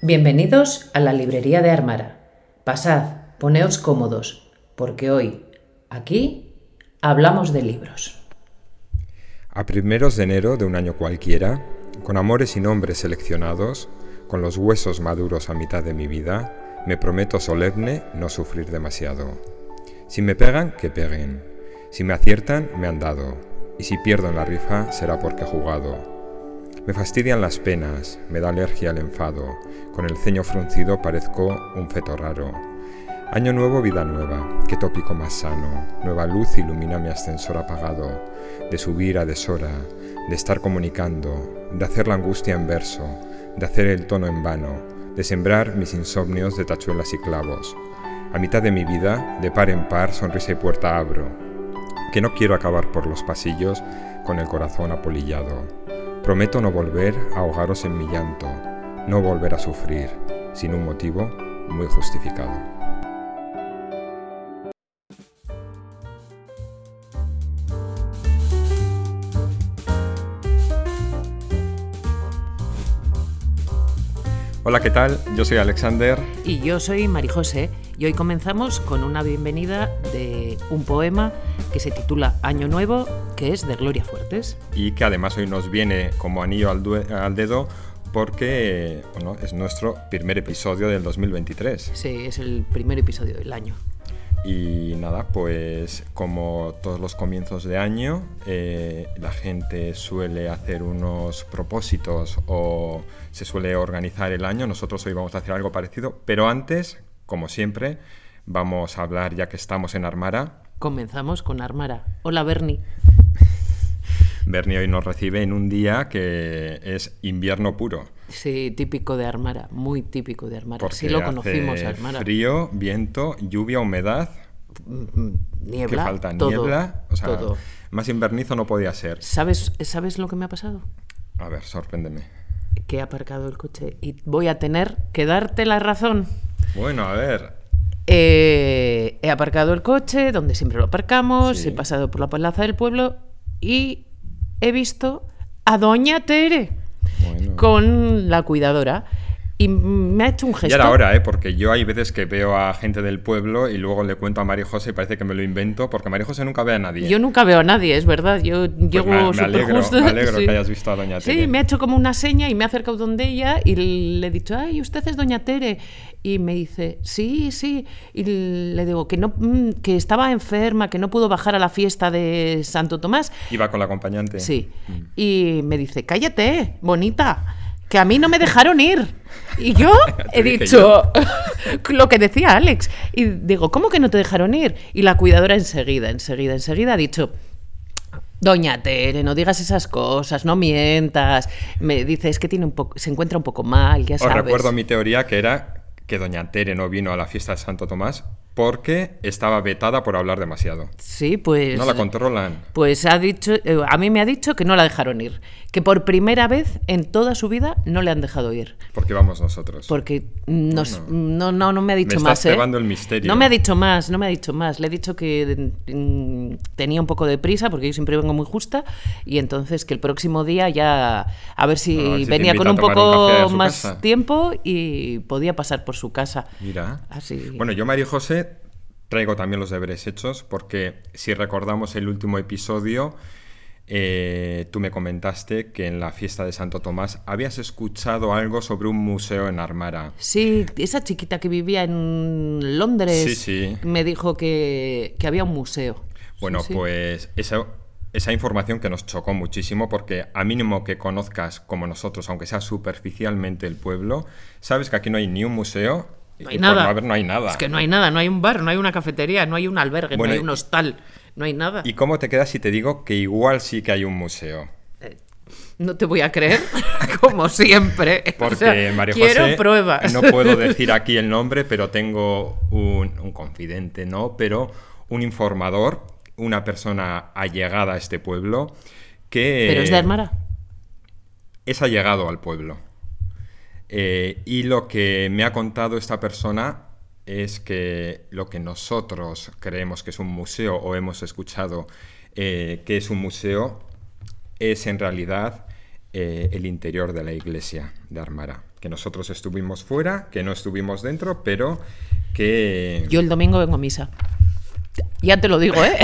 Bienvenidos a la librería de Armara. Pasad, poneos cómodos, porque hoy, aquí, hablamos de libros. A primeros de enero de un año cualquiera, con amores y nombres seleccionados, con los huesos maduros a mitad de mi vida, me prometo solemne no sufrir demasiado. Si me pegan, que peguen. Si me aciertan, me han dado. Y si pierdo en la rifa, será porque he jugado. Me fastidian las penas, me da alergia al enfado, con el ceño fruncido parezco un feto raro. Año nuevo, vida nueva, qué tópico más sano, nueva luz ilumina mi ascensor apagado, de subir a deshora, de estar comunicando, de hacer la angustia en verso, de hacer el tono en vano, de sembrar mis insomnios de tachuelas y clavos. A mitad de mi vida, de par en par, sonrisa y puerta abro, que no quiero acabar por los pasillos con el corazón apolillado. Prometo no volver a ahogaros en mi llanto, no volver a sufrir, sin un motivo muy justificado. Hola, ¿qué tal? Yo soy Alexander. Y yo soy Marijose y hoy comenzamos con una bienvenida de un poema que se titula Año Nuevo, que es de Gloria Fuertes. y que además hoy nos viene como anillo al, due- al dedo porque eh, bueno, es nuestro primer episodio del 2023. Sí, es el primer episodio del año. Y nada, pues como todos los comienzos de año, eh, la gente suele hacer unos propósitos o se suele organizar el año. Nosotros hoy vamos a hacer algo parecido, pero antes, como siempre, vamos a hablar ya que estamos en Armara. Comenzamos con Armara. Hola, Bernie. Bernie hoy nos recibe en un día que es invierno puro. Sí, típico de Armara, muy típico de Armara. Porque sí lo hace conocimos, Armara. Frío, viento, lluvia, humedad, Mm, mm, Niebla, que falta todo, niebla. O sea, todo. más invernizo no podía ser. ¿Sabes, ¿Sabes lo que me ha pasado? A ver, sorpréndeme. Que he aparcado el coche y voy a tener que darte la razón. Bueno, a ver. Eh, he aparcado el coche, donde siempre lo aparcamos, Sí. he pasado por la plaza del pueblo y he visto a Doña Tere Bueno. con la cuidadora. Y me ha hecho un Y gesto. ahora, ahora, ¿eh? porque yo hay veces que veo a gente del pueblo y luego le cuento a María José y parece que me lo invento, porque María José nunca ve a nadie. Pues Yo nunca veo a nadie, es verdad. Yo llego me- me súper alegro, justo. me alegro que hayas visto a doña Tere. Sí, me ha hecho como una seña y me ha acercado donde ella y le he dicho, ay, usted es doña Tere. Y me dice, sí, sí. Y le digo que, no, mm, que estaba enferma, que no pudo bajar a la fiesta de Santo Tomás. Iba con la acompañante. Sí. Mm. Y me dice, cállate, bonita, que a mí no me dejaron ir. Y yo Te he dije dicho lo que decía Alex. Y digo, ¿cómo que no te dejaron ir? Y la cuidadora enseguida, enseguida, enseguida ha dicho... Doña Tere, no digas esas cosas, no mientas. Me dice, es que tiene un poco, se encuentra un poco mal, ya Os sabes. recuerdo mi teoría que era que doña Tere no vino a la fiesta de Santo Tomás porque estaba vetada por hablar demasiado. Sí, pues. No la controlan. Pues ha dicho, eh, a mí me ha dicho que no la dejaron ir, que por primera vez en toda su vida no le han dejado ir. Porque vamos nosotros. Porque nos- no, no, no me ha dicho estás más. ¿eh? cebando el misterio. No me ha dicho más, no me ha dicho más. Le he dicho que mm, tenía un poco de prisa porque yo siempre vengo muy justa y entonces que el próximo día ya a ver si, A ver si te venía invita con a un tomar un café poco a su más casa. tiempo y podía pasar por su casa. Mira. Así. Bueno, yo, María José, traigo también los deberes hechos porque si recordamos el último episodio, eh, tú me comentaste que en la fiesta de Santo Tomás habías escuchado algo sobre un museo en Armara. Sí, esa chiquita que vivía en Londres Sí, sí. me dijo que, que había un museo. Bueno, Sí, sí. pues esa, esa información que nos chocó muchísimo, porque a mínimo que conozcas como nosotros, aunque sea superficialmente el pueblo, sabes que aquí no hay ni un museo No y hay por nada. no haber no hay nada. Es que no hay nada, no hay un bar, no hay una cafetería, no hay un albergue, no Bueno, hay un y- hostal, no hay nada. ¿Y cómo te quedas si te digo que igual sí que hay un museo? No te voy a creer, como siempre. O Porque sea, María quiero José, pruebas. no puedo decir aquí el nombre, pero tengo un, un confidente, ¿no? Pero un informador, una persona allegada a este pueblo, que... Pero es de Armara. es allegado al pueblo. Eh, y lo que me ha contado esta persona es que lo que nosotros creemos que es un museo o hemos escuchado eh, que es un museo es en realidad eh, el interior de la iglesia de Armara. Que nosotros estuvimos fuera, que no estuvimos dentro, pero que... Yo el domingo vengo a misa. Ya te lo digo, ¿eh?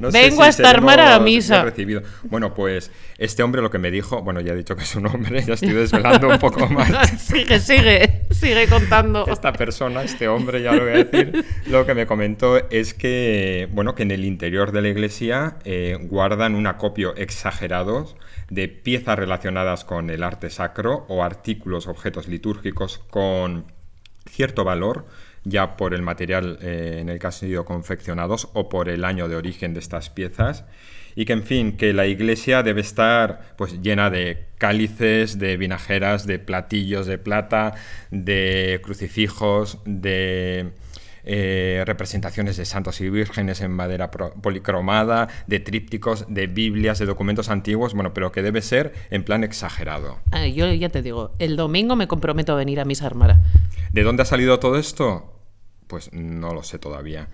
No sé vengo si hasta Armara a seremos misa. bien recibidos. Bueno, pues este hombre lo que me dijo, bueno, ya he dicho que es un hombre, ya estoy desvelando un poco más. sigue, sigue, sigue contando. Esta persona, este hombre, ya lo voy a decir, lo que me comentó es que, bueno, que en el interior de la iglesia eh, guardan un acopio exagerado de piezas relacionadas con el arte sacro o artículos, objetos litúrgicos con cierto valor, ya por el material eh, en el que han sido confeccionados o por el año de origen de estas piezas. Y que, en fin, que la iglesia debe estar pues, llena de cálices, de vinajeras, de platillos de plata, de crucifijos, de eh, representaciones de santos y vírgenes en madera pro- policromada, de trípticos, de Biblias, de documentos antiguos, bueno, pero que debe ser en plan exagerado. Ah, yo ya te digo, el domingo me comprometo a venir a misa Armara. ¿De dónde ha salido todo esto? Pues no lo sé todavía.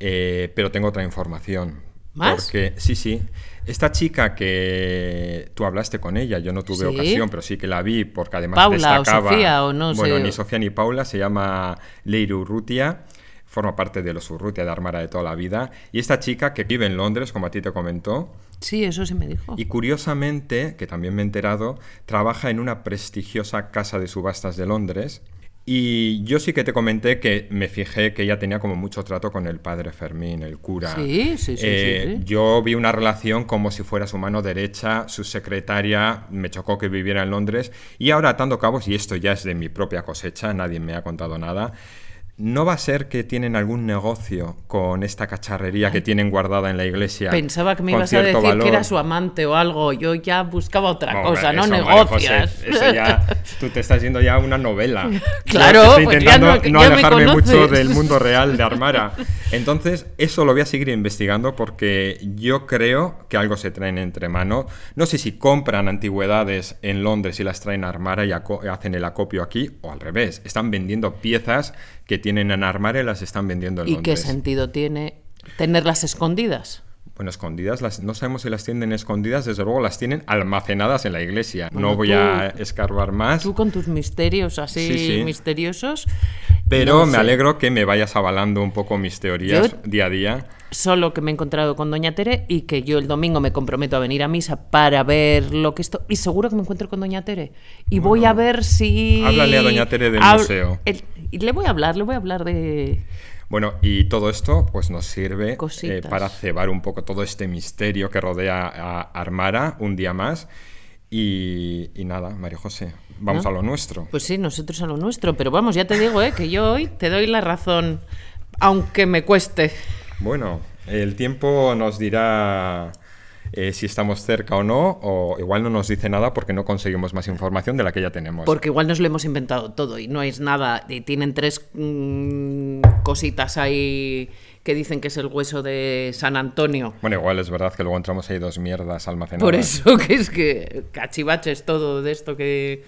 Eh, pero tengo otra información. ¿Más? Porque, sí, sí. Esta chica que tú hablaste con ella, yo no tuve Sí. ocasión, pero sí que la vi, porque además Paula o destacaba. Sofía o no sé. bueno, ni Sofía ni Paula, se llama Leiru Urrutia, forma parte de los Urrutia de Armara de toda la vida. Y esta chica que vive en Londres, como a ti te comentó, Sí, eso sí me dijo. y curiosamente, que también me he enterado, trabaja en una prestigiosa casa de subastas de Londres. Y yo sí que te comenté que me fijé que ella tenía como mucho trato con el padre Fermín, el cura. Sí, sí, sí, Eh, sí, sí. Yo vi una relación como si fuera su mano derecha, su secretaria, me chocó que viviera en Londres. Y ahora atando cabos, y esto ya es de mi propia cosecha, nadie me ha contado nada. ¿No va a ser que tienen algún negocio con esta cacharrería que tienen guardada en la iglesia? Pensaba que me con ibas a decir cierto que valor? era su amante o algo. Yo ya buscaba otra No, cosa, no eso, María negocias. José, eso ya, tú te estás yendo ya a una novela. Claro, Yo estoy pues ya intentando no- que no ya me alejarme mucho conoces. del mundo real de Armara. Entonces, eso lo voy a seguir investigando porque yo creo que algo se traen entre mano. No sé si compran antigüedades en Londres y las traen a Armara y aco- hacen el acopio aquí, o al revés. Están vendiendo piezas que tienen en Armara y las están vendiendo en ¿Y qué Londres. sentido tiene tenerlas escondidas? Bueno, escondidas, las, no sabemos si las tienen escondidas, desde luego las tienen almacenadas en la iglesia. Bueno, no voy tú- a escarbar más. Tú con tus misterios así Sí, sí. misteriosos. Pero no me sé. alegro que me vayas avalando un poco mis teorías Yo- día a día. Solo que me he encontrado con Doña Tere y que yo el domingo me comprometo a venir a misa para ver lo que esto. Y seguro que me encuentro con Doña Tere. Y voy Bueno, a ver si. háblale a doña Tere del Hab- museo. el- y Le voy a hablar, le voy a hablar de. Bueno, y todo esto pues nos sirve eh, Cositas. para cebar un poco todo este misterio que rodea a Armara un día más. Y, y nada, María José, vamos ¿No? a lo nuestro. Pues sí, nosotros a lo nuestro. Pero vamos, ya te digo, ¿eh? que yo hoy te doy la razón, aunque me cueste. Bueno, el tiempo nos dirá eh, si estamos cerca o no, o igual no nos dice nada porque no conseguimos más información de la que ya tenemos. Porque igual nos lo hemos inventado todo y no es nada. Y tienen tres mm, cositas ahí que dicen que es el hueso de San Antonio. Bueno, igual es verdad que luego entramos ahí dos mierdas almacenadas. Por eso que es que cachivaches todo de esto que...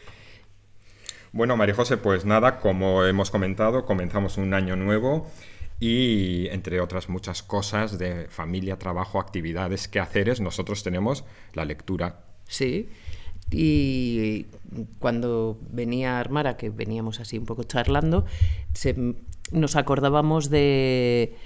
Bueno, María José, pues nada, como hemos comentado, comenzamos un año nuevo y entre otras muchas cosas de familia, trabajo, actividades, quehaceres, nosotros tenemos la lectura. Sí. Y cuando venía Armara, que veníamos así un poco charlando, se- nos acordábamos de,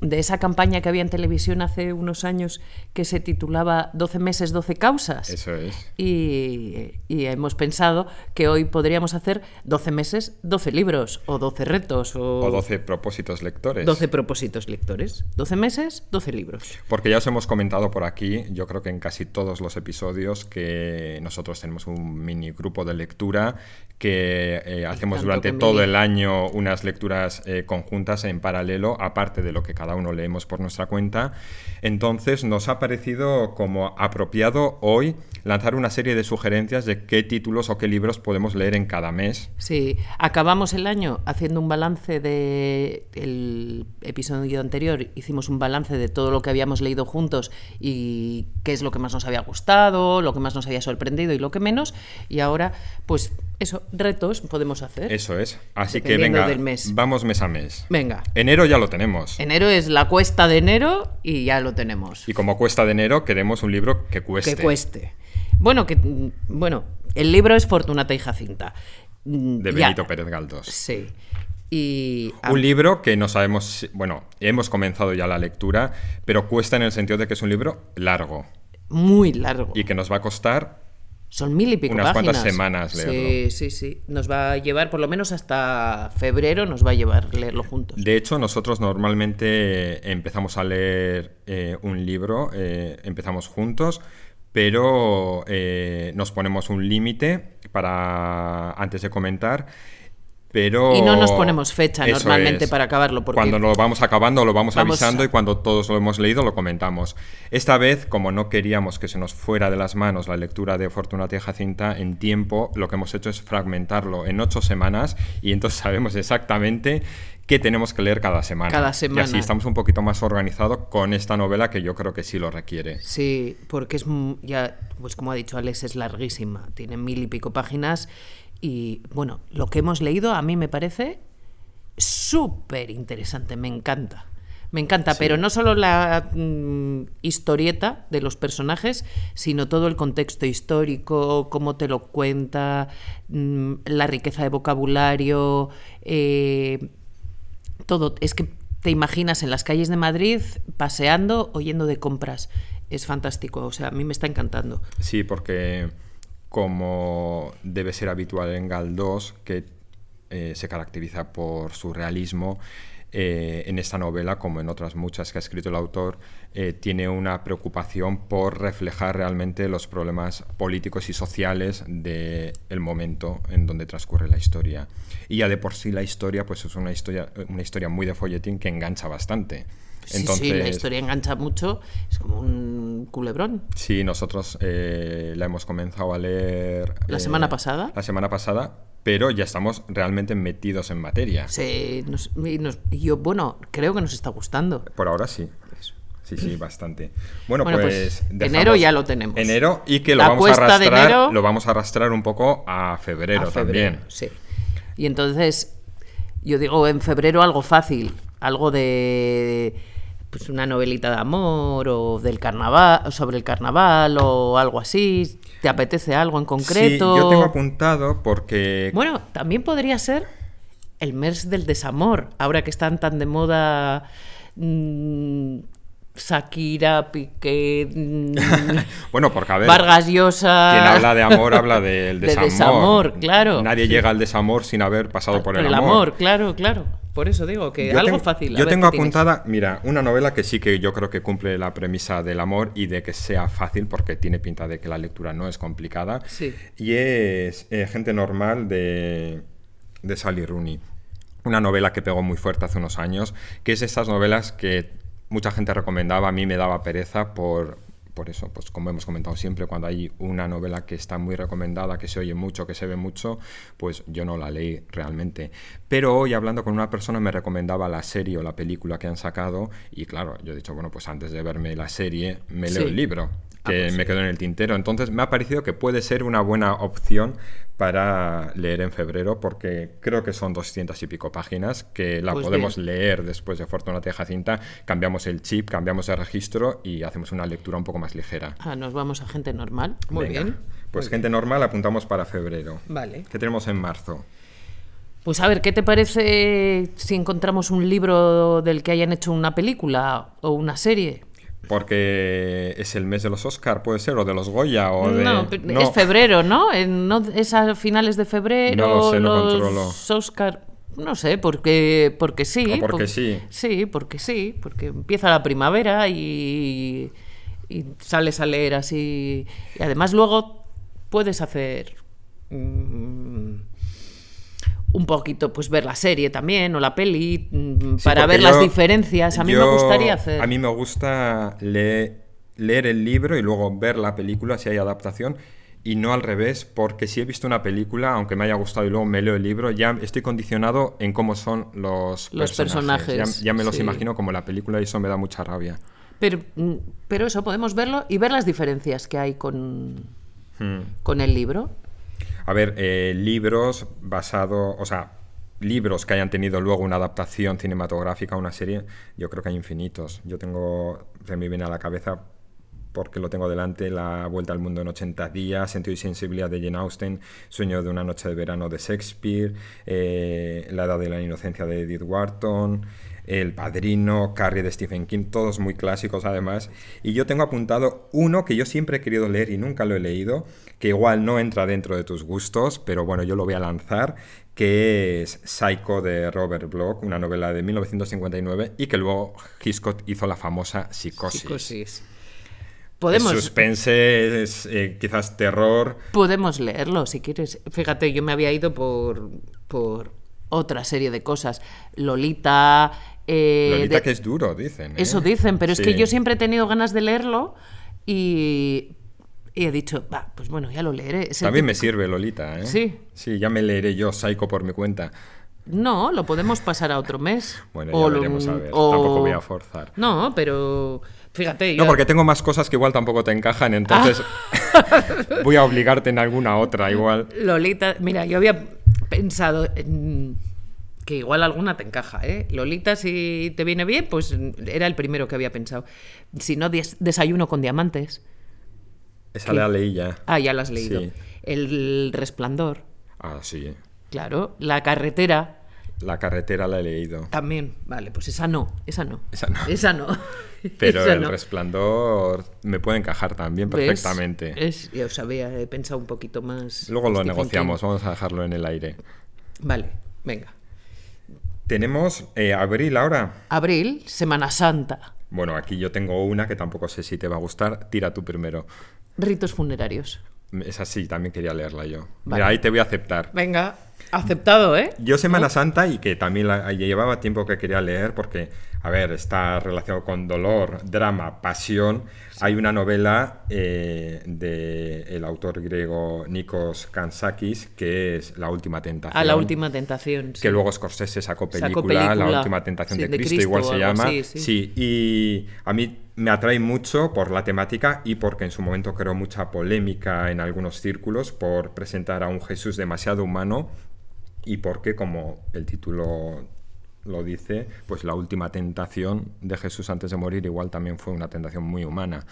de esa campaña que había en televisión hace unos años que se titulaba 12 meses, 12 causas. Eso es. Y, y hemos pensado que hoy podríamos hacer 12 meses, 12 libros o 12 retos o, O 12 propósitos lectores. 12 propósitos lectores. 12 meses, 12 libros. Porque ya os hemos comentado por aquí, yo creo que en casi todos los episodios, que nosotros tenemos un mini grupo de lectura que eh, hacemos tanto durante que todo mini. el año unas lecturas eh, conjuntas en paralelo, aparte de lo que cada uno leemos por nuestra cuenta. Entonces nos ha parecido como apropiado hoy lanzar una serie de sugerencias de qué títulos o qué libros podemos leer en cada mes. Sí, acabamos el año haciendo un balance de el episodio anterior, hicimos un balance de todo lo que habíamos leído juntos y qué es lo que más nos había gustado, lo que más nos había sorprendido y lo que menos, y ahora pues eso, retos podemos hacer. Eso es. Así que ¿Eh? Dependiendo venga, del mes. vamos mes a mes. Venga. Enero ya lo tenemos. Enero es es la cuesta de enero y ya lo tenemos. Y como cuesta de enero, queremos un libro que cueste. Que cueste. Bueno, que, bueno, el libro es Fortunata y Jacinta. De Benito Pérez Galdós. Mm, Sí. Ah. Y, Un libro que no sabemos, si- bueno, hemos comenzado ya la lectura, pero cuesta en el sentido de que es un libro largo muy largo. y que nos va a costar Son mil y pico Unas páginas. cuantas semanas Sí, leerlo. sí, sí. Nos va a llevar, por lo menos hasta febrero, nos va a llevar leerlo juntos. De hecho, nosotros normalmente eh, empezamos a leer eh, un libro, eh, empezamos juntos, pero eh, nos ponemos un límite para antes de comentar. Pero Y no nos ponemos fecha Eso normalmente es. para acabarlo, porque- cuando lo vamos acabando lo vamos, Vamos avisando a- y cuando todos lo hemos leído lo comentamos. Esta vez, como no queríamos que se nos fuera de las manos la lectura de Fortunata y Jacinta en tiempo, lo que hemos hecho es fragmentarlo en ocho semanas y entonces sabemos exactamente qué tenemos que leer cada semana. Cada Y semana. así estamos un poquito más organizados con esta novela que yo creo que sí lo requiere. Sí, porque es mu- ya, pues como ha dicho Alex, es larguísima. Tiene mil y pico páginas. Y bueno, lo que hemos leído a mí me parece súper interesante. Me encanta. Me encanta, pero no solo la mm, historieta de los personajes, sino todo el contexto histórico, cómo te lo cuenta, mm, la riqueza de vocabulario, eh, todo. Es que te imaginas en las calles de Madrid paseando o yendo de compras. Es fantástico, o sea, a mí me está encantando. Sí, porque como debe ser habitual en Galdós, que eh, se caracteriza por su realismo, eh, en esta novela, como en otras muchas que ha escrito el autor, eh, tiene una preocupación por reflejar realmente los problemas políticos y sociales del momento en donde transcurre la historia. Y ya de por sí la historia, pues es una historia, una historia muy de folletín que engancha bastante. sí, sí, la historia engancha mucho, es como un culebrón. Sí, nosotros eh, la hemos comenzado a leer. ¿La eh, semana pasada? La semana pasada, pero ya estamos realmente metidos en materia. Se- nos- y nos- y yo, bueno, creo que nos está gustando. Por ahora sí. Sí, sí, bastante. Bueno, Bueno, pues. pues, dejamos enero ya lo tenemos. Enero y que lo La vamos a cuesta de arrastrar. enero- Lo vamos a arrastrar un poco a febrero, a febrero, también. Sí. Y entonces, yo digo, en febrero algo fácil, algo de pues una novelita de amor o del carnaval, sobre el carnaval o algo así. ¿Te apetece algo en concreto? Sí, yo tengo apuntado porque. Bueno, también podría ser el mes del desamor, ahora que están tan de moda mm, Shakira, Piqué, mm, Bueno, porque a ver. Vargas Llosa. Quien habla de amor habla del De desamor. desamor, claro. Nadie llega al desamor sin haber pasado por el, amor. claro, claro. Por eso digo que Yo algo tengo- fácil. a Yo ver tengo qué tienes. apuntada, mira, una novela que sí que yo creo que cumple la premisa del amor y de que sea fácil, porque tiene pinta de que la lectura no es complicada. Sí. Y es eh, Gente Normal de, de Sally Rooney. Una novela que pegó muy fuerte hace unos años, que es de estas novelas que mucha gente recomendaba, a mí me daba pereza por, por eso, pues como hemos comentado siempre, cuando hay una novela que está muy recomendada, que se oye mucho, que se ve mucho, pues yo no la leí realmente. Pero hoy hablando con una persona me recomendaba la serie o la película que han sacado y claro, yo he dicho, bueno, pues antes de verme la serie me leo Sí. el libro Ah, que pues me quedó en el tintero. Entonces me ha parecido que puede ser una buena opción para leer en febrero porque creo que son 200 y pico páginas que la Pues podemos bien. leer después de Fortunata y Jacinta, cambiamos el chip, cambiamos el registro y hacemos una lectura un poco más ligera. Ah, nos vamos a gente normal. Muy Venga. bien. Pues gente normal apuntamos para febrero. Vale. ¿Qué tenemos en marzo? Pues a ver, ¿qué te parece si encontramos un libro del que hayan hecho una película o una serie? Porque es el mes de los Oscar, puede ser, o de los Goya, o de... No, pero es febrero, ¿no? En- no- Es a finales de febrero. No lo sé, no los controlo. Oscar. No sé, porque, porque sí. O porque por- sí. Sí, porque sí, porque empieza la primavera y, y sales a leer así. Y además luego puedes hacer mm, un poquito, pues ver la serie también o la peli mm, Sí, para porque ver las yo- diferencias. A mí me yo- gustaría hacer... A mí me gusta le- leer el libro y luego ver la película si hay adaptación. Y no al revés, porque si he visto una película, aunque me haya gustado y luego me leo el libro, ya estoy condicionado en cómo son los, Los personajes, Ya, ya me los sí. imagino como la película y eso me da mucha rabia. Pero, mm, pero eso, podemos verlo y ver las diferencias que hay con, Hmm. con el libro. A ver, eh, libros basados, o sea, libros que hayan tenido luego una adaptación cinematográfica a una serie, yo creo que hay infinitos. Yo tengo, se me viene a la cabeza porque lo tengo delante, La Vuelta al Mundo en 80 días, Sentido y Sensibilidad de Jane Austen, Sueño de una noche de verano de Shakespeare, eh, La Edad de la Inocencia de Edith Wharton, El Padrino, Carrie de Stephen King, todos muy clásicos además. Y yo tengo apuntado uno que yo siempre he querido leer y nunca lo he leído, que igual no entra dentro de tus gustos, pero bueno, yo lo voy a lanzar, que es Psycho de Robert Bloch, una novela de 1959 y que luego Hitchcock hizo la famosa Psicosis. Psicosis. pues Podemos. Es suspense, es, eh, quizás terror. Podemos leerlo si quieres. Fíjate, yo me había ido por, por otra serie de cosas. Lolita. eh, Lolita de- que es duro, dicen. ¿eh? Eso dicen, pero es Sí. que yo siempre he tenido ganas de leerlo y, y he dicho, va, pues bueno, ya lo leeré. Es el También me típico- sirve Lolita, ¿eh? Sí. Sí, ya me leeré yo Psycho por mi cuenta. No, lo podemos pasar a otro mes. Bueno, O ya lo- veremos a ver. o- Tampoco voy a forzar. No, pero fíjate. yo- No, porque tengo más cosas que igual tampoco te encajan, entonces Ah. voy a obligarte en alguna otra igual. Lolita, mira, yo había pensado en- que igual alguna te encaja, ¿eh? Lolita, si te viene bien, pues era el primero que había pensado. Si no, des- desayuno con diamantes. Esa la leí ya. Ah, ya lo has leído. Sí. El resplandor, Ah, sí. claro. La carretera, La carretera la he leído. también. Vale, pues esa no, esa no. Esa no. Esa no. Pero Ah, Esa el no. resplandor me puede encajar también ¿Ves? perfectamente. Es, ya os había he pensado un poquito más. Luego lo Stephen King. negociamos, vamos a dejarlo en el aire. Vale, venga. Tenemos eh, abril ahora. Abril, Semana Santa, Bueno, aquí yo tengo una que tampoco sé si te va a gustar. Tira tú primero. ritos funerarios. Es así, también quería leerla yo. Vale. Mira, ahí te voy a aceptar. Venga, aceptado, ¿eh? Yo Semana Santa y que también la- llevaba tiempo que quería leer porque, a ver, está relacionado con dolor, drama, pasión. Hay una novela del autor griego Nikos Kansakis que es La Última Tentación. A la última tentación. sí. que luego Scorsese sacó película, Sacó película. La última tentación Sí, de, de Cristo, Cristo igual o se algo llama. así, sí. sí. y a mí me atrae mucho por la temática y porque en su momento creó mucha polémica en algunos círculos por presentar a un Jesús demasiado humano y porque, como el título lo dice, pues la última tentación de Jesús antes de morir igual también fue una tentación muy humana.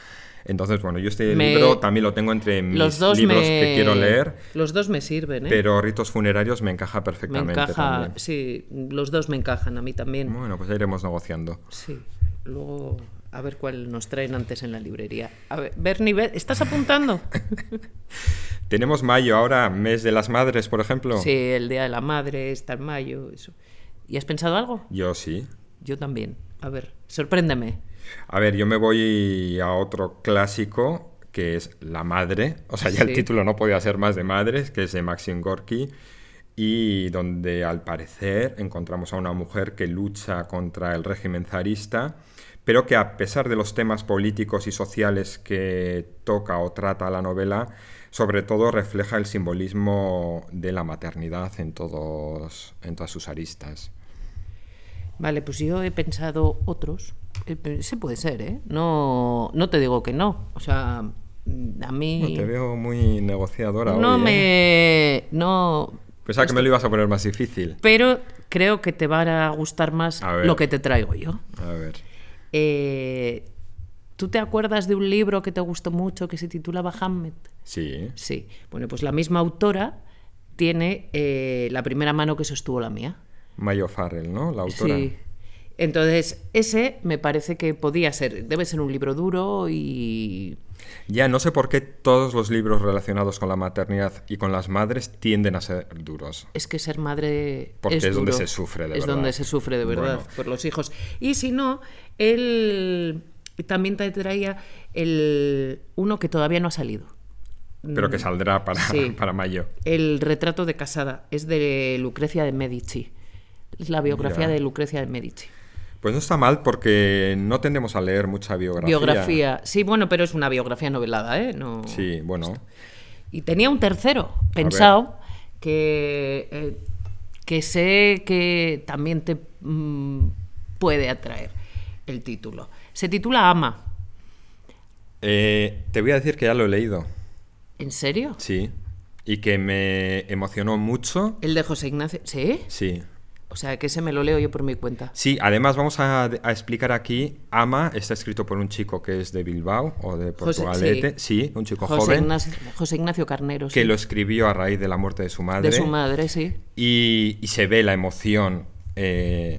Entonces, bueno, yo este Me- libro también lo tengo entre mis los dos libros me... que quiero leer, Los dos me sirven, ¿eh? pero Ritos Funerarios me encaja me perfectamente encaja, también. sí, los dos me encajan, a mí también. Bueno, pues ya iremos negociando. Sí, luego a ver cuál nos traen antes en la librería. A ver, Bernie, ve- ¿estás apuntando? Tenemos mayo ahora, mes de las madres, por ejemplo. Sí, el Día de la Madre, está en mayo, eso. ¿Y has pensado algo? Yo sí. Yo también. A ver, sorpréndeme. A ver, yo me voy a otro clásico que es La Madre. O sea, ya Sí. el título no podía ser más de madres, que es de Maxim Gorky. Y donde al parecer encontramos a una mujer que lucha contra el régimen zarista, pero que a pesar de los temas políticos y sociales que toca o trata la novela, sobre todo refleja el simbolismo de la maternidad en, todos, en todas sus aristas. Vale, pues yo he pensado otros. Eh, pero Ese puede ser, ¿eh? No, no te digo que no. O sea, mm, a No, mí te veo muy negociadora no hoy, ¿eh? me... No, Pensaba que me lo ibas a poner más difícil. pero creo que te van a gustar más A ver. lo que te traigo yo. A ver. Eh, ¿Tú te acuerdas de un libro que te gustó mucho que se titulaba Hamlet? Sí. Sí. Bueno, pues la misma autora tiene eh, la primera mano que sostuvo la mía. Mayo Farrell, ¿no? La autora. Sí. Entonces, ese me parece que podía ser, debe ser un libro duro y... Ya no sé por qué todos los libros relacionados con la maternidad y con las madres tienden a ser duros. Es que ser madre Porque es duro. donde se sufre, de Es verdad. donde se sufre de verdad Bueno. por los hijos. Y si no, él también te traía el uno que todavía no ha salido. Pero que saldrá para, Mm. Sí. para mayo. El retrato de casada es de Lucrecia de Medici. Es la biografía Mira. de Lucrecia de Medici. Pues no está mal porque no tendemos a leer mucha biografía. Biografía. Sí, bueno, pero es una biografía novelada, ¿eh? No... Sí, bueno. Y tenía un tercero pensado que, eh, que sé que también te mm, puede atraer el título. Se titula Ama. Eh, te voy a decir que ya lo he leído. ¿En serio? Sí. Y que me emocionó mucho. El de José Ignacio. ¿Sí? Sí. O sea, que ese me lo leo yo por mi cuenta. Sí, además vamos a, a explicar aquí, Ama está escrito por un chico que es de Bilbao o de José- Portugalete, sí. un chico José, joven Ignacio, José Ignacio Carnero, sí. que lo escribió a raíz de la muerte de su madre, de su madre, sí. Y, y se ve la emoción eh,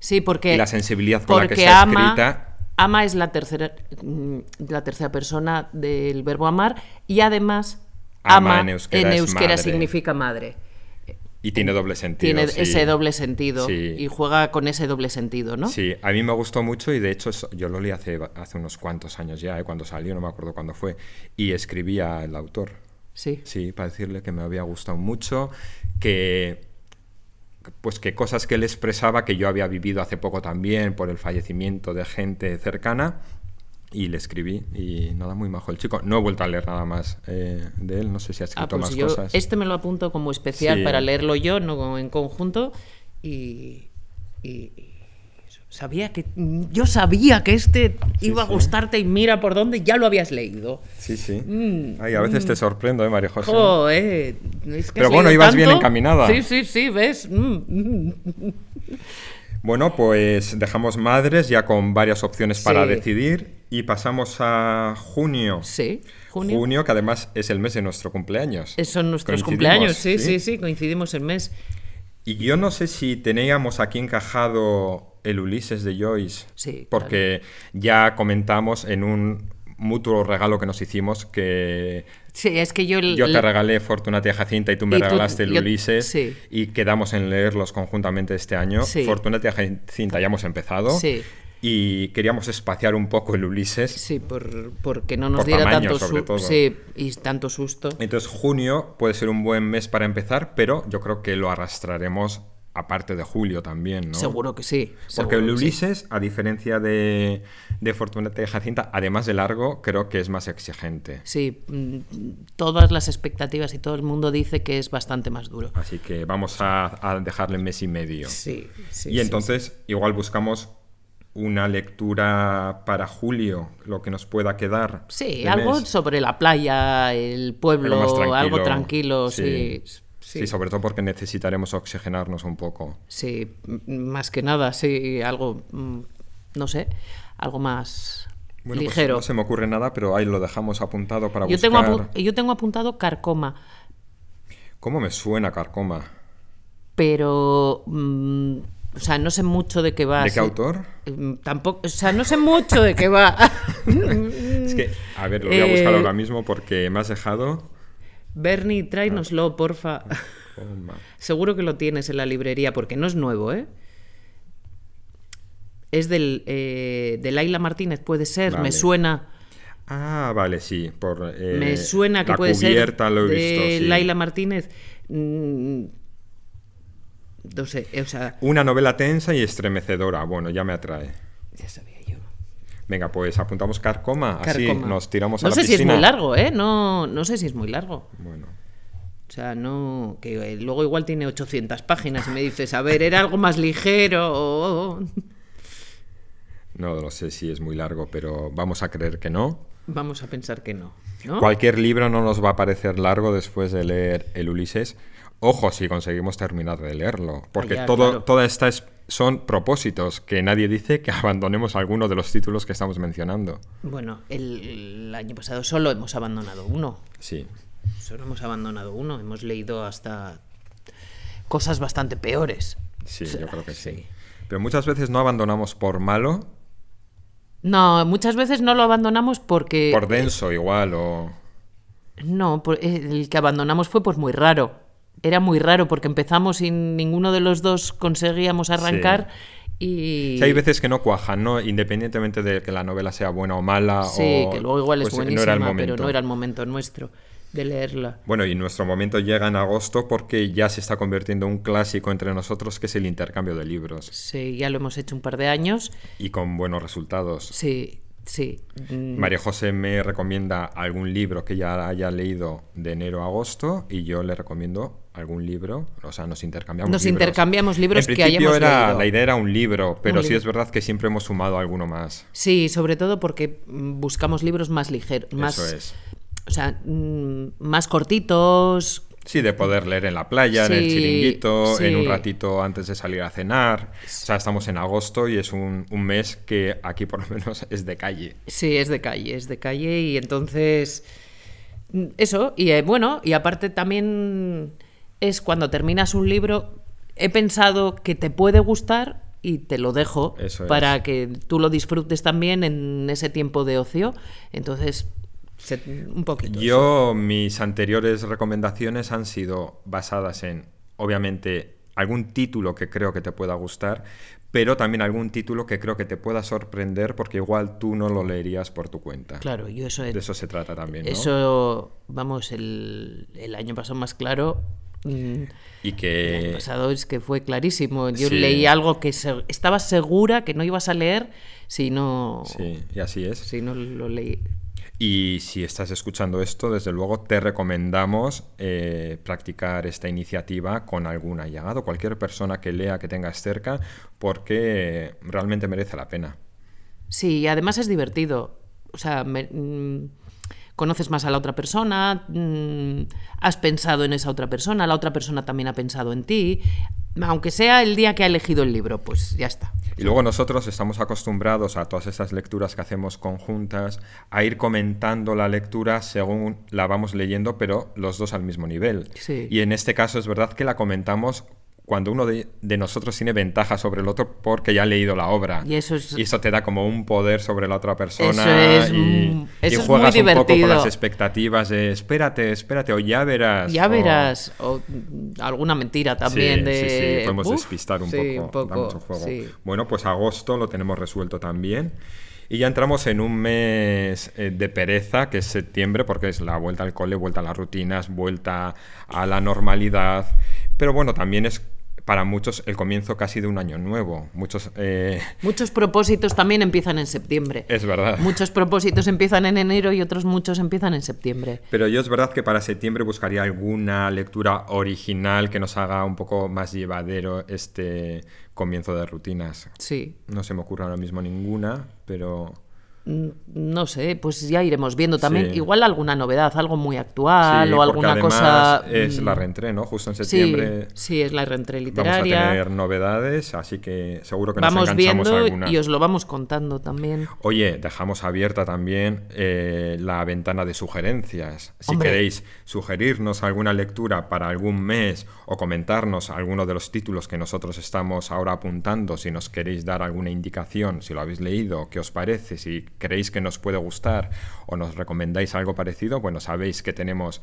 Sí, porque y la sensibilidad con la que porque está ama, escrita. ama es la tercera mm, la tercera persona del verbo amar y además Ama ama, en euskera es madre. significa madre. y tiene doble sentido. Tiene sí. ese doble sentido Sí. y juega con ese doble sentido, ¿no? Sí, a mí me gustó mucho y de hecho eso- yo lo leí hace, hace unos cuantos años ya, eh, cuando salió, no me acuerdo cuándo fue, y escribí al autor, Sí. sí, para decirle que me había gustado mucho, que pues que cosas que él expresaba que yo había vivido hace poco también por el fallecimiento de gente cercana y le escribí y nada muy majo el chico no he vuelto a leer nada más eh, de él no sé si ha escrito Ah, pues más yo cosas este me lo apunto como especial Sí. para leerlo yo, no en conjunto y, y- y sabía que mm, yo sabía que este Sí, iba a sí. gustarte y mira por dónde ya lo habías leído. sí sí Mm, Ay, a veces te sorprendo eh María José Jo, eh, es que Pero has bueno, leído ibas bien tanto. encaminada. Sí, sí, sí, ves. Mm, mm. Bueno, pues dejamos madres ya con varias opciones Sí. para decidir y pasamos a junio. Sí, junio. que además es el mes de nuestro cumpleaños. Eh, Son nuestros Coincidimos, cumpleaños, sí, sí, sí, coincidimos el mes. Y yo no sé si teníamos aquí encajado el Ulises de Joyce, Sí, porque ya comentamos en un mutuo regalo que nos hicimos que Sí, es que yo... el- yo te el- regalé Fortunata y Jacinta y tú me Y tú- regalaste el yo- Ulises sí. y quedamos en leerlos conjuntamente este año. Sí. Fortunata y Jacinta ya hemos empezado Sí. y queríamos espaciar un poco el Ulises. Sí, por, porque no nos Por diera tamaño, tanto, sobre su- todo. sí, y tanto susto. Entonces junio puede ser un buen mes para empezar, pero yo creo que lo arrastraremos aparte de julio también, ¿no? Seguro que sí. Porque seguro el que sí. Ulises, a diferencia de, de Fortunata y Jacinta, además de largo, creo que es más exigente. Sí, mm, todas las expectativas y todo el mundo dice que es bastante más duro. Así que vamos a, a dejarle mes y medio. Sí, sí. y sí, entonces igual buscamos una lectura para julio, lo que nos pueda quedar. Sí, de algo mes. sobre la playa, el pueblo, Algo más algo tranquilo, sí. Sí. Sí, sí, sobre todo porque necesitaremos oxigenarnos un poco. m- más que nada, sí, algo, mm, no sé, algo más Bueno, pues ligero. no se me ocurre nada, pero ahí lo dejamos apuntado para yo, buscar. tengo apu- yo tengo apuntado carcoma, ¿Cómo me suena carcoma? pero, mm, o sea, no sé mucho de qué va. ¿De Ah, sí. qué autor? Mm, Tampoco, o sea, no sé mucho de qué va. Es que, a ver, lo voy a buscar Eh, ahora mismo porque me has dejado. Bernie, Ah. tráenoslo, porfa. Carcoma. Seguro que lo tienes en la librería, porque no es nuevo, ¿eh? Es del, eh, de Laila Martínez, puede ser, Vale. me suena. Ah, vale, sí. Por, eh, me suena que la puede cubierta ser lo he de visto. sí. Laila Martínez. Mm, no sé, eh, o sea, Una novela tensa y estremecedora. Bueno, ya me atrae. ya sabía yo. Venga, pues apuntamos carcoma. Así Carcoma. Ah, nos tiramos no a la sé piscina. si es muy largo, ¿eh? No, no sé si es muy largo. Bueno, O sea, no. Que eh, luego igual tiene 800 páginas y me dices, a ver, era algo más ligero. o- no lo sé si es muy largo, pero vamos a creer que no. Vamos a pensar que no. ¿no? Cualquier libro no nos va a parecer largo después de leer El Ulises. Ojo si conseguimos terminar de leerlo, porque Ah, ya, todo, claro. toda esta es- son propósitos que nadie dice que abandonemos alguno de los títulos que estamos mencionando. Bueno, el, el año pasado solo hemos abandonado uno. Sí. Solo hemos abandonado uno. Hemos leído hasta cosas bastante peores. Sí, yo creo que sí. Sí. Pero muchas veces no abandonamos por malo, No, muchas veces no lo abandonamos porque. por denso igual, o... No, por- eh, el que abandonamos fue pues muy raro. Era muy raro porque empezamos y ninguno de los dos conseguíamos arrancar. eh, Y... Sí, hay veces que no cuajan, ¿no? Independientemente de que la novela sea buena o mala. Sí, o- que luego igual es pues, buenísima, no era el pero momento. no era el momento nuestro de leerla. Bueno, y nuestro momento llega en agosto porque ya se está convirtiendo en un clásico entre nosotros, que es el intercambio de libros. Sí, ya lo hemos hecho un par de años. Y con buenos resultados. Sí, sí. Mm, María José me recomienda algún libro que ya haya leído de enero a agosto y yo le recomiendo algún libro, o sea, nos intercambiamos Nos libros. intercambiamos libros en que principio hayamos era, leído. La idea era un libro, pero Un sí libro. es verdad que siempre hemos sumado alguno más. Sí, sobre todo porque mm, buscamos libros más ligeros, más, Eso es. o sea, mm, más cortitos, Sí, de poder leer en la playa, en el Sí, chiringuito, en un sí. ratito antes de salir a cenar. O sea, estamos en agosto y es un, un mes que aquí por lo menos es de calle. Sí, es de calle, es de calle y entonces mm, eso y eh, bueno y aparte también es cuando terminas un libro he pensado que te puede gustar y te lo dejo Eso es. para que tú lo disfrutes también en ese tiempo de ocio entonces se- un poquito eso. Yo, mis anteriores recomendaciones han sido basadas en, obviamente, algún título que creo que te pueda gustar, pero también algún título que creo que te pueda sorprender porque igual tú no lo leerías por tu cuenta. claro yo eso he- De eso se trata también. ¿no? eso vamos el, el año pasado más claro mm, Y El año que pasado es que fue clarísimo. Yo Eh, sí. leí algo que se- estaba segura que no ibas a leer si no, Sí, y así es. si no lo leí. Y si estás escuchando esto, desde luego te recomendamos eh, practicar esta iniciativa con algún allegado, cualquier persona que lea que tengas cerca, porque realmente merece la pena. Sí, y además es divertido. O sea, me- mm, conoces más a la otra persona, mm, has pensado en esa otra persona, la otra persona también ha pensado en ti. Aunque sea el día que ha elegido el libro, pues ya está. Y luego nosotros estamos acostumbrados a todas estas lecturas que hacemos conjuntas, a ir comentando la lectura según la vamos leyendo, pero los dos al mismo nivel. Sí. Y en este caso es verdad que la comentamos cuando uno de, de nosotros tiene ventaja sobre el otro porque ya ha leído la obra. Y eso es- Y eso te da como un poder sobre la otra persona. Eso es, y, mm, eso y es juegas muy un poco con divertido. las expectativas de espérate, espérate, o ya verás. Ya o- verás, o mm, alguna mentira también Sí, de... sí, sí, podemos Uf, despistar un sí, poco, un da mucho juego. sí. Bueno, pues agosto lo tenemos resuelto también. Y ya entramos en un mes eh, de pereza, que es septiembre, porque es la vuelta al cole, vuelta a las rutinas, vuelta a la normalidad. Pero bueno, también es para muchos el comienzo casi de un año nuevo. Muchos, eh, Muchos propósitos también empiezan en septiembre. es verdad. Muchos propósitos empiezan en enero y otros muchos empiezan en septiembre. Pero yo es verdad que para septiembre buscaría alguna lectura original que nos haga un poco más llevadero este comienzo de rutinas. Sí. No se me ocurre ahora mismo ninguna, pero Mm, No sé, pues ya iremos viendo también. Sí. Igual alguna novedad, algo muy actual Sí, o porque Ah, alguna además cosa. Es mm, la reentré, ¿no? Justo en sí, septiembre sí, es la reentré vamos a literaria. tener novedades, así que seguro que nos Vamos enganchamos a viendo alguna. y os lo vamos contando también. Oye, dejamos abierta también eh, la ventana de sugerencias. Si Hombre. queréis sugerirnos alguna lectura para algún mes o comentarnos alguno de los títulos que nosotros estamos ahora apuntando, si nos queréis dar alguna indicación, si lo habéis leído, qué os parece, si creéis que nos puede gustar o nos recomendáis algo parecido, bueno, sabéis que tenemos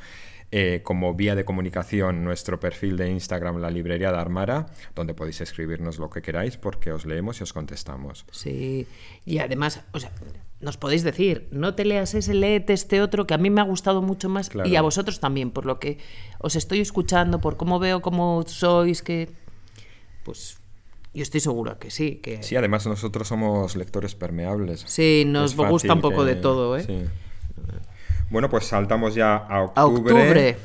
eh, como vía de comunicación nuestro perfil de Instagram, la librería de Armara, donde podéis escribirnos lo que queráis porque os leemos y os contestamos. Sí. Y además, o sea, nos podéis decir, no te leas ese, léete este otro, que a mí me ha gustado mucho más Claro. y a vosotros también, por lo que os estoy escuchando, por cómo veo, cómo sois, que. Pues yo estoy segura que sí, que. Sí, además nosotros somos lectores permeables. Sí, nos Es fácil gusta un poco que- de todo, ¿eh? sí. Bueno, pues saltamos ya a A octubre. octubre.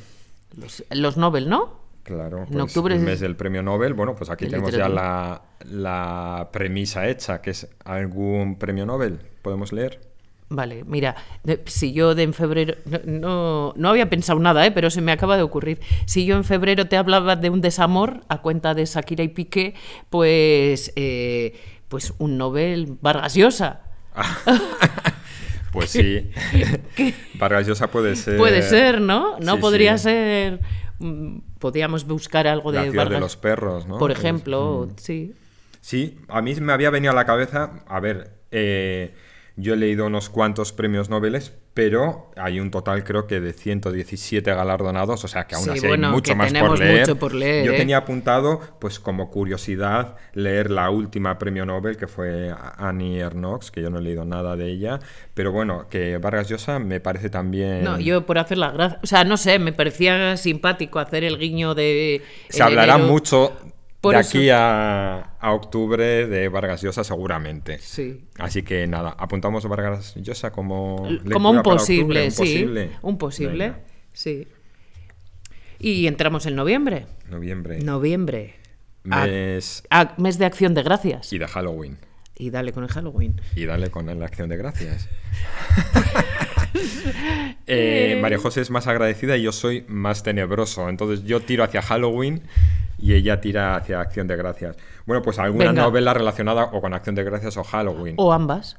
Los, los Nobel, ¿no? Claro, En pues octubre el es- mes del premio Nobel. Bueno, pues aquí de tenemos ya la, la premisa hecha, que es algún premio Nobel. ¿Podemos leer? Vale, mira, de- si yo de en febrero. No, no, no había pensado nada, ¿eh? pero se me acaba de ocurrir. Si yo en febrero te hablaba de un desamor a cuenta de Shakira y Piqué, pues. eh, pues un Nobel Vargas Llosa. Ah, Pues sí. Vargas Llosa puede ser. Puede ser, ¿no? No sí, podría sí. ser. mm, Podríamos buscar algo La de ciudad Vargas. de los perros, ¿no? Por Es- mm. ejemplo, sí. Sí, a mí me había venido a la cabeza, a ver, eh, yo he leído unos cuantos premios Nobel, pero hay un total creo que de 117 galardonados, o sea que aún Sí, así bueno, hay mucho que más por tenemos leer. mucho por leer, yo ¿eh? tenía apuntado, pues como curiosidad, leer la última premio Nobel que fue Annie Ernaux, que yo no he leído nada de ella, pero bueno, que Vargas Llosa me parece también... No, yo por hacer la gracia. O sea, no sé, me parecía simpático hacer el guiño de. Se en hablará enero. mucho eh, Por de eso- aquí a, a octubre de Vargas Llosa seguramente. Sí. Así que nada, apuntamos a Vargas Llosa como L- lectura Como un para posible, octubre, un sí. posible. Un posible, Venga, sí. Y entramos en noviembre. noviembre, Noviembre. A- mes a- mes de acción de gracias. y de Halloween. Y dale con el Halloween. Y dale con la acción de gracias. Eh, María José es más agradecida y yo soy más tenebroso. Entonces yo tiro hacia Halloween y ella tira hacia Acción de Gracias. Bueno, pues alguna Venga. novela relacionada o con Acción de Gracias o Halloween. O ambas.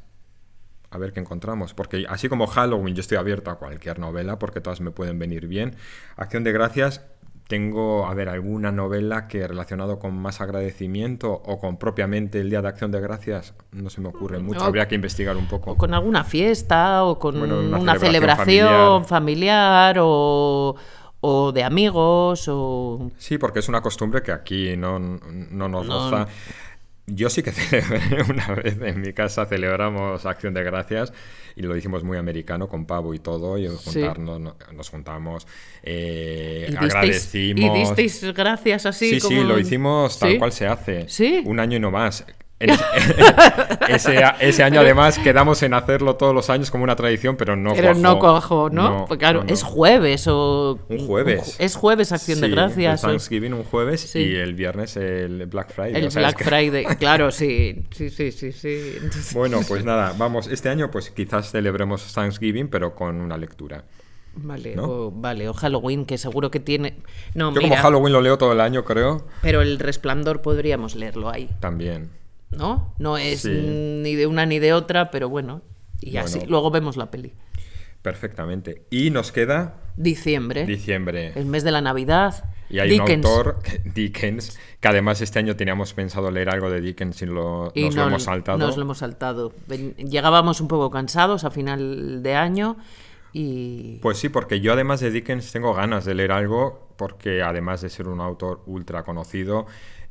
A ver qué encontramos. Porque así como Halloween, yo estoy abierto a cualquier novela porque todas me pueden venir bien. Acción de Gracias. Tengo, a ver, alguna novela que relacionado con más agradecimiento o con propiamente el Día de Acción de Gracias, no se me ocurre mucho. O- Habría que investigar un poco. O con alguna fiesta, o con Bueno, una, una celebración, celebración familiar, o, o de amigos, o... Sí, porque es una costumbre que aquí no, no nos No. goza. Yo sí que celebré una vez en mi casa, celebramos Acción de Gracias y lo hicimos muy americano, con pavo y todo, y Sí. juntarnos, no- nos juntamos, eh, Y disteis, y agradecimos. disteis gracias así Sí, como- sí, lo hicimos tal ¿Sí? cual se hace. Sí. Un año y no más. En- ese, ese año además quedamos en hacerlo todos los años como una tradición, pero no Pero cuajó. no cojo, ¿no? Porque claro, no, no. es jueves o... Un jueves. Es jueves Acción de Sí, Gracias. El o- Thanksgiving un jueves Sí. y el viernes el Black Friday. El o sea, es Black que- Friday, claro, sí, sí, sí, sí, sí. Entonces, Bueno, pues nada, vamos, este año pues quizás celebremos Thanksgiving, pero con una lectura. vale, ¿no? o, vale, o Halloween, que seguro que tiene... No, Yo como mira, Halloween lo leo todo el año, creo, pero el resplandor podríamos leerlo ahí, también. ¿no? No es Sí. ni de una ni de otra, pero bueno, y Bueno. así. Luego vemos la peli. Perfectamente. Y nos queda Diciembre, diciembre. ¿Eh? el mes de la Navidad. Y hay Dickens. un autor, Dickens, que además este año teníamos pensado leer algo de Dickens y lo, Y nos lo no- hemos saltado. Nos lo hemos saltado. Ven- Llegábamos un poco cansados a final de año y... Pues sí, porque yo además de Dickens tengo ganas de leer algo, porque además de ser un autor ultra conocido,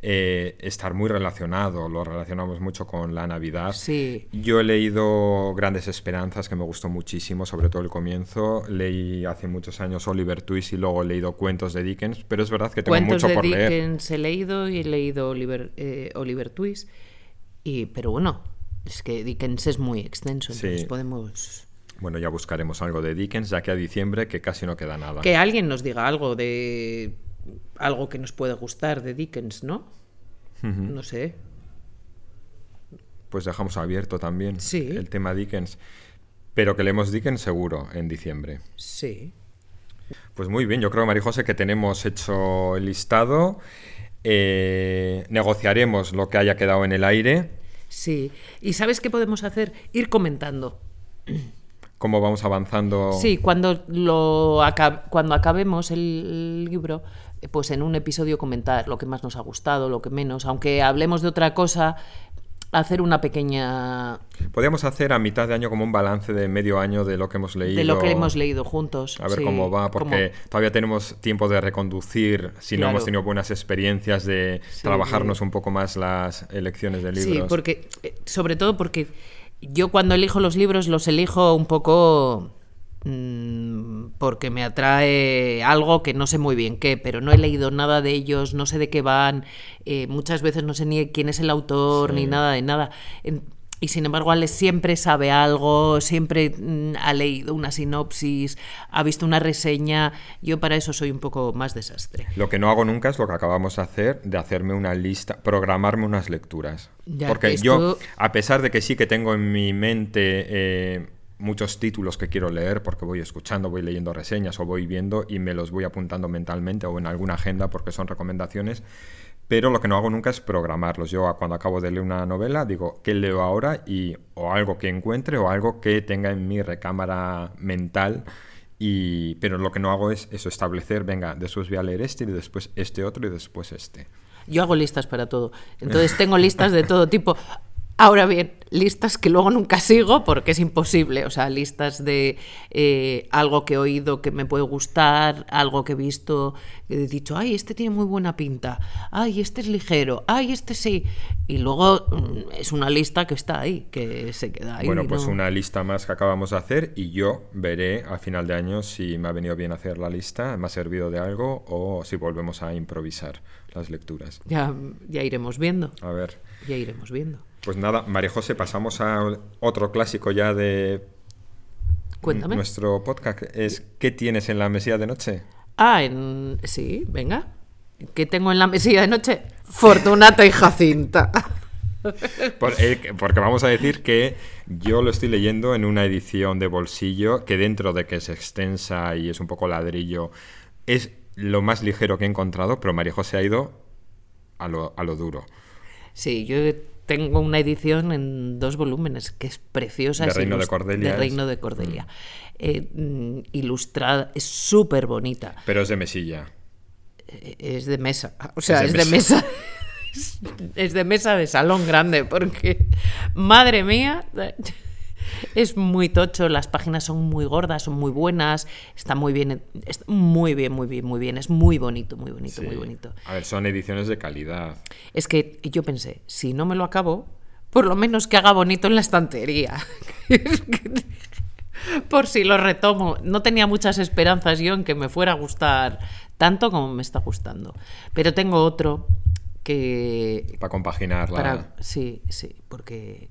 eh, estar muy relacionado, lo relacionamos mucho con la Navidad. Sí. Yo he leído Grandes Esperanzas, que me gustó muchísimo, sobre todo el comienzo. Leí hace muchos años Oliver Twist y luego he leído cuentos de Dickens, pero es verdad que tengo cuentos mucho de por leer. Dickens he leído y he leído Oliver, eh, Oliver Twist. Y, pero bueno, es que Dickens es muy extenso, Sí. entonces podemos... Bueno, ya buscaremos algo de Dickens, ya que a diciembre que casi no queda nada. Que alguien nos diga algo de... Algo que nos puede gustar de Dickens, ¿no? No sé. Pues dejamos abierto también Sí. el tema Dickens. Pero que leemos Dickens seguro en diciembre. Sí. Pues muy bien, yo creo, María José, que tenemos hecho el listado. Eh, negociaremos lo que haya quedado en el aire, Sí. ¿Y sabes qué podemos hacer? Ir comentando. cómo vamos avanzando. Sí, cuando, lo aca- cuando acabemos el libro, eh, pues en un episodio comentar lo que más nos ha gustado, lo que menos, aunque hablemos de otra cosa, hacer una pequeña... Podríamos hacer a mitad de año como un balance de medio año de lo que hemos leído. de lo que hemos leído juntos. A ver sí, cómo va, porque cómo- todavía tenemos tiempo de reconducir si Claro. no hemos tenido buenas experiencias de Sí, trabajarnos sí. un poco más las elecciones de libros. Sí, porque, eh, sobre todo porque yo cuando elijo los libros los elijo un poco mm, porque me atrae algo que no sé muy bien qué, pero no he leído nada de ellos, no sé de qué van, eh, muchas veces no sé ni quién es el autor, ni Sí. nada de nada. En- y sin embargo, Alex siempre sabe algo, siempre mm, ha leído una sinopsis, ha visto una reseña. Yo para eso soy un poco más desastre. Lo que no hago nunca es lo que acabamos de hacer, de hacerme una lista, programarme unas lecturas. Ya, Porque esto- yo, a pesar de que sí que tengo en mi mente eh, muchos títulos que quiero leer, porque voy escuchando, voy leyendo reseñas o voy viendo y me los voy apuntando mentalmente o en alguna agenda porque son recomendaciones, pero lo que no hago nunca es programarlos. Yo a- cuando acabo de leer una novela digo, ¿qué leo ahora? Y o algo que encuentre o algo que tenga en mi recámara mental. Y, pero lo que no hago es eso, establecer, venga, después voy a leer este y después este otro y después este. Yo hago listas para todo. Entonces tengo listas de todo tipo. Ahora bien, listas que luego nunca sigo porque es imposible. O sea, listas de eh, algo que he oído que me puede gustar, algo que he visto, que he dicho, ay, este tiene muy buena pinta, ay, este es ligero, ay, este sí. Y luego mm, es una lista que está ahí, que se queda ahí. bueno, pues ¿no? una lista más que acabamos de hacer y yo veré a final de año si me ha venido bien hacer la lista, me ha servido de algo o si volvemos a improvisar las lecturas. Ya, ya iremos viendo, A ver, ya iremos viendo. pues nada, María José, pasamos a otro clásico ya de Cuéntame. nuestro podcast, es ¿qué tienes en la mesilla de noche? Ah, en... sí, venga. ¿Qué tengo en la mesilla de noche? Fortunato y Jacinta. Por- eh, porque vamos a decir que yo lo estoy leyendo en una edición de bolsillo que dentro de que es extensa y es un poco ladrillo, es lo más ligero que he encontrado, pero María José ha ido a lo, a lo duro. Sí, yo tengo una edición en dos volúmenes que es preciosa. De es Reino de ilus- Cordelia de es. mm. Reino de Cordelia. Eh, mm, ilustrada, es súper bonita. Pero es de mesilla. Eh, Es de mesa, o sea, Es es de de mesa. Es- Es de mesa de salón grande, porque, madre mía, es muy tocho, las páginas son muy gordas, son muy buenas, está muy bien, está muy bien, muy bien, muy bien, es muy bonito, muy bonito, muy Sí. bonito. A ver, son ediciones de calidad. Es que yo pensé, si no me lo acabo, por lo menos que haga bonito en la estantería. por si lo retomo. No tenía muchas esperanzas yo en que me fuera a gustar tanto como me está gustando. Pero tengo otro que... Para compaginarla. Para, sí, sí, porque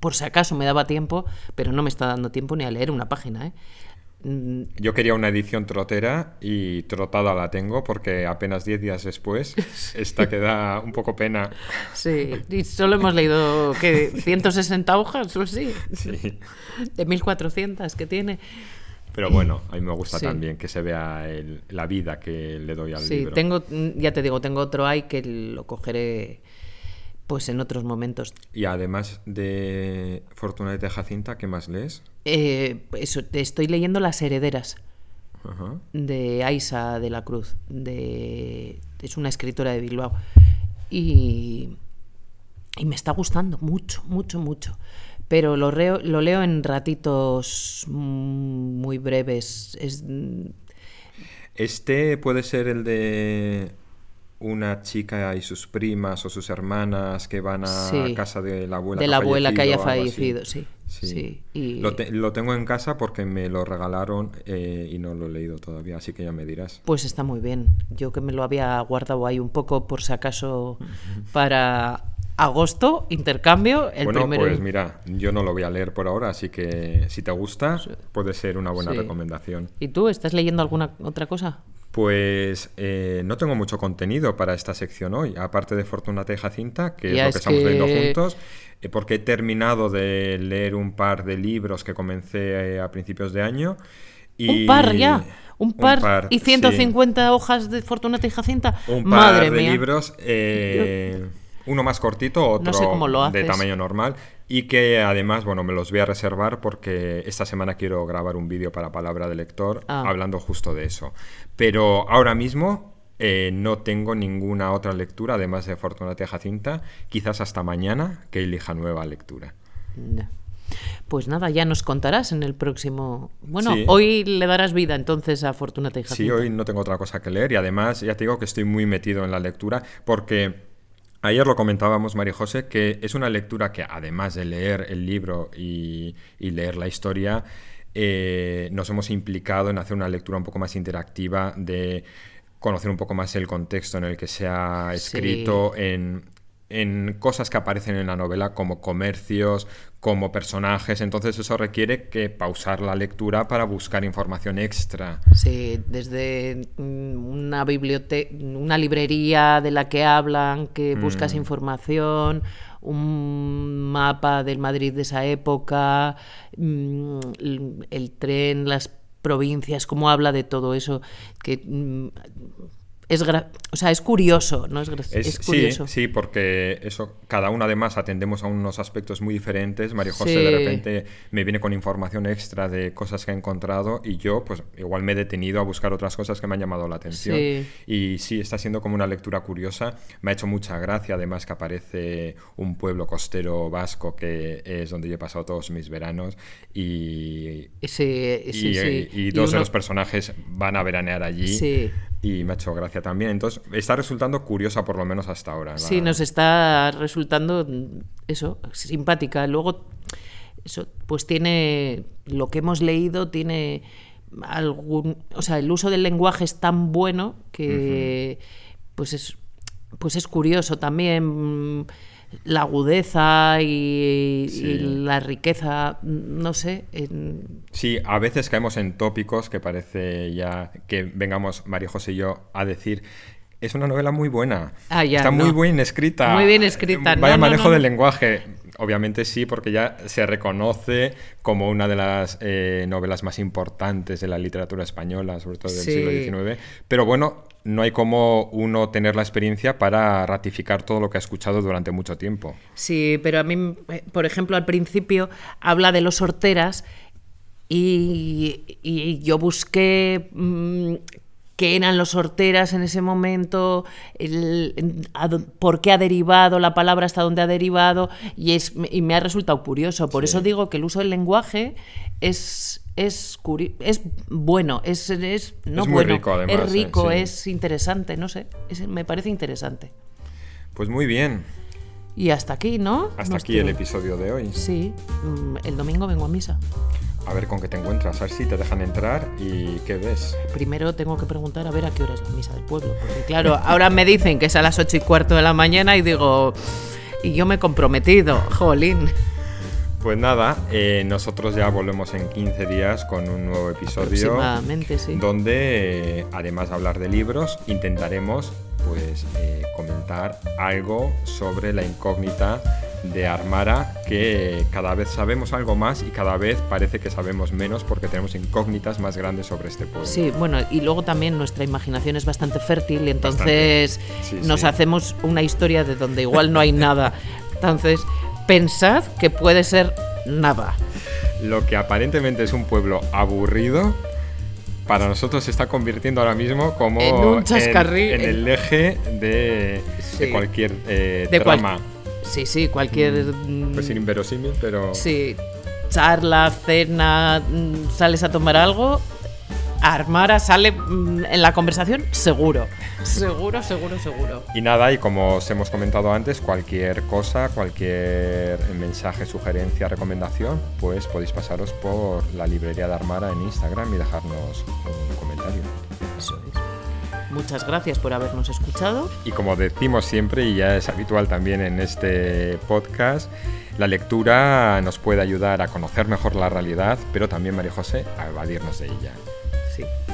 por si acaso me daba tiempo, pero no me está dando tiempo ni a leer una página. ¿eh? Mm, Yo quería una edición trotera y trotada la tengo porque apenas 10 días después, esta que da un poco pena. Sí, y solo hemos leído que 160 hojas o así, Sí. de 1400 que tiene. Pero bueno, a mí me gusta Sí. también que se vea el- la vida que le doy al Sí, libro. tengo, mm, ya te digo, tengo otro ahí que lo cogeré pues en otros momentos. Y además de Fortuna de Jacinta, ¿qué más lees? Eh, eso, te estoy leyendo Las herederas Ajá. de Aisa de la Cruz, de, es una escritora de Bilbao. Y, y me está gustando mucho, mucho, mucho. Pero lo, reo- lo leo en ratitos mm, muy breves. Es, mm, Este puede ser el de una chica y sus primas o sus hermanas que van a Sí. casa de la abuela de que la ha abuela que haya o algo así. fallecido, sí. Sí. sí, y- Lo, te- lo tengo en casa porque me lo regalaron eh, y no lo he leído todavía, así que ya me dirás. Pues está muy bien. Yo que me lo había guardado ahí un poco por si acaso para agosto, intercambio, el bueno, primero. pues mira, yo no lo voy a leer por ahora, así que si te gusta, puede ser una buena Sí. recomendación. ¿Y tú estás leyendo alguna otra cosa? Pues eh, no tengo mucho contenido para esta sección hoy, aparte de Fortunata y Jacinta, que Ya es lo que es estamos leyendo que- juntos, eh, porque he terminado de leer un par de libros que comencé eh, a principios de año. Y... Un par ya. Un par, y sí. 150 hojas de Fortunata y Jacinta. un par Madre de mía. libros, eh, uno más cortito, No otro sé cómo lo de haces. tamaño normal, y que además, bueno, me los voy a reservar porque esta semana quiero grabar un vídeo para Palabra de Lector Ah. hablando justo de eso. Pero ahora mismo eh, no tengo ninguna otra lectura, además de Fortunata y Jacinta, quizás hasta mañana que elija nueva lectura. No. Pues nada, ya nos contarás en el próximo. Bueno, Sí. hoy le darás vida entonces a Fortunata y Sí, Jacinta. hoy no tengo otra cosa que leer y además ya te digo que estoy muy metido en la lectura porque ayer lo comentábamos, María José, que es una lectura que además de leer el libro y, y leer la historia, eh, nos hemos implicado en hacer una lectura un poco más interactiva de conocer un poco más el contexto en el que se ha Sí. escrito, en, en cosas que aparecen en la novela como comercios, como personajes. Entonces eso requiere que pausar la lectura para buscar información extra. Sí, desde mm, una biblioteca, una librería de la que hablan, Mm. que buscas información, un mapa del Madrid de esa época, mm, el, el tren, las provincias, cómo habla de todo eso, que mm, es, gra- o sea, es curioso, no es, gra- Es- es sí, curioso. sí, porque eso, cada una además atendemos a unos aspectos muy diferentes. María José Sí. de repente me viene con información extra de cosas que ha encontrado y yo pues igual me he detenido a buscar otras cosas que me han llamado la atención. Sí. Y sí, está siendo como una lectura curiosa. Me ha hecho mucha gracia además que aparece un pueblo costero vasco que es donde yo he pasado todos mis veranos y... Ese- ese- y- eh, sí. y Y dos de uno- los personajes van a veranear allí. Sí. Y me ha hecho gracia también. Entonces, está resultando curiosa por lo menos hasta ahora. la- Sí, nos está resultando mm, eso, simpática. Luego, eso, pues tiene lo que hemos leído, tiene algún. O sea, el uso del lenguaje es tan bueno que pues es. Pues es curioso también mm, la agudeza y, y Sí. la riqueza, mm, no sé. en- Sí, a veces caemos en tópicos que parece ya que vengamos María José y yo a decir Es una novela muy buena. Ah, ya, Está muy no. bien escrita. Muy bien escrita, Eh, no, Vaya no, manejo no, del no. lenguaje. Obviamente sí, porque ya se reconoce como una de las eh, novelas más importantes de la literatura española, sobre todo del Sí. siglo XIX. Pero bueno, no hay como uno tener la experiencia para ratificar todo lo que ha escuchado durante mucho tiempo. Sí, pero a mí, eh, por ejemplo, al principio habla de los horteras y, y yo busqué mm, qué eran los horteras en ese momento, el- en- a dó- por qué ha derivado la palabra hasta dónde ha derivado y, es, y me ha resultado curioso. Por eso digo que el uso del lenguaje es... Es, curi- es bueno, es, es- no Es muy bueno, rico, además, es eh, rico, sí. es interesante, no sé, es- me parece interesante. Pues muy bien. Y hasta aquí, ¿no? Hasta aquí Nuestro- el episodio de hoy. Sí, mm, el domingo vengo a misa. A ver con qué te encuentras, a ver si te dejan entrar y qué ves. Primero tengo que preguntar a ver a qué hora es la misa del pueblo. Porque claro, ahora me dicen que es a las ocho y cuarto de la mañana y digo, y yo me he comprometido, jolín. Pues nada, eh, nosotros ya volvemos en 15 días con un nuevo episodio Aproximadamente, sí. donde eh, además de hablar de libros intentaremos pues eh, comentar algo sobre la incógnita de Armara que cada vez sabemos algo más y cada vez parece que sabemos menos porque tenemos incógnitas más grandes sobre este pueblo. Sí, bueno, y luego también nuestra imaginación es bastante fértil, y entonces Sí, nos sí. hacemos una historia de donde igual no hay nada. Entonces, pensad que puede ser nada. Lo que aparentemente es un pueblo aburrido para nosotros se está convirtiendo ahora mismo como En un chascarrí- en, en el eje de, Sí. de cualquier eh, De cual- trama. Sí, sí, cualquier... mm, Puede ser Pues inverosímil, pero Sí, charla, cena, mm, sales a tomar algo. Armara sale mm, en la conversación, seguro. Seguro, seguro, seguro. Y nada, y como os hemos comentado antes, cualquier cosa, cualquier mensaje, sugerencia, recomendación, pues podéis pasaros por la librería de Armara en Instagram y dejarnos un comentario. Eso es. Muchas gracias por habernos escuchado. Y como decimos siempre, y ya es habitual también en este podcast, la lectura nos puede ayudar a conocer mejor la realidad, pero también, María José, a evadirnos de ella. Sí.